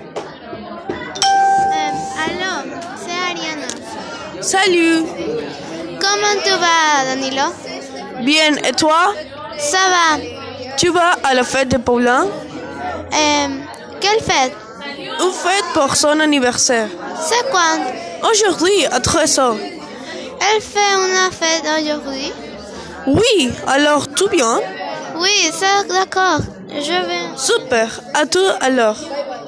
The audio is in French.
Em, Salut. Comment tu vas, Danilo Bien, et toi Ça va. Tu vas à la fête de Paulin Euh, quelle fête Une fête pour son anniversaire. C'est quand Aujourd'hui, à 13h. Elle fait une fête aujourd'hui Oui, alors tout bien Oui, c'est d'accord. Je vais. Super, à tout alors.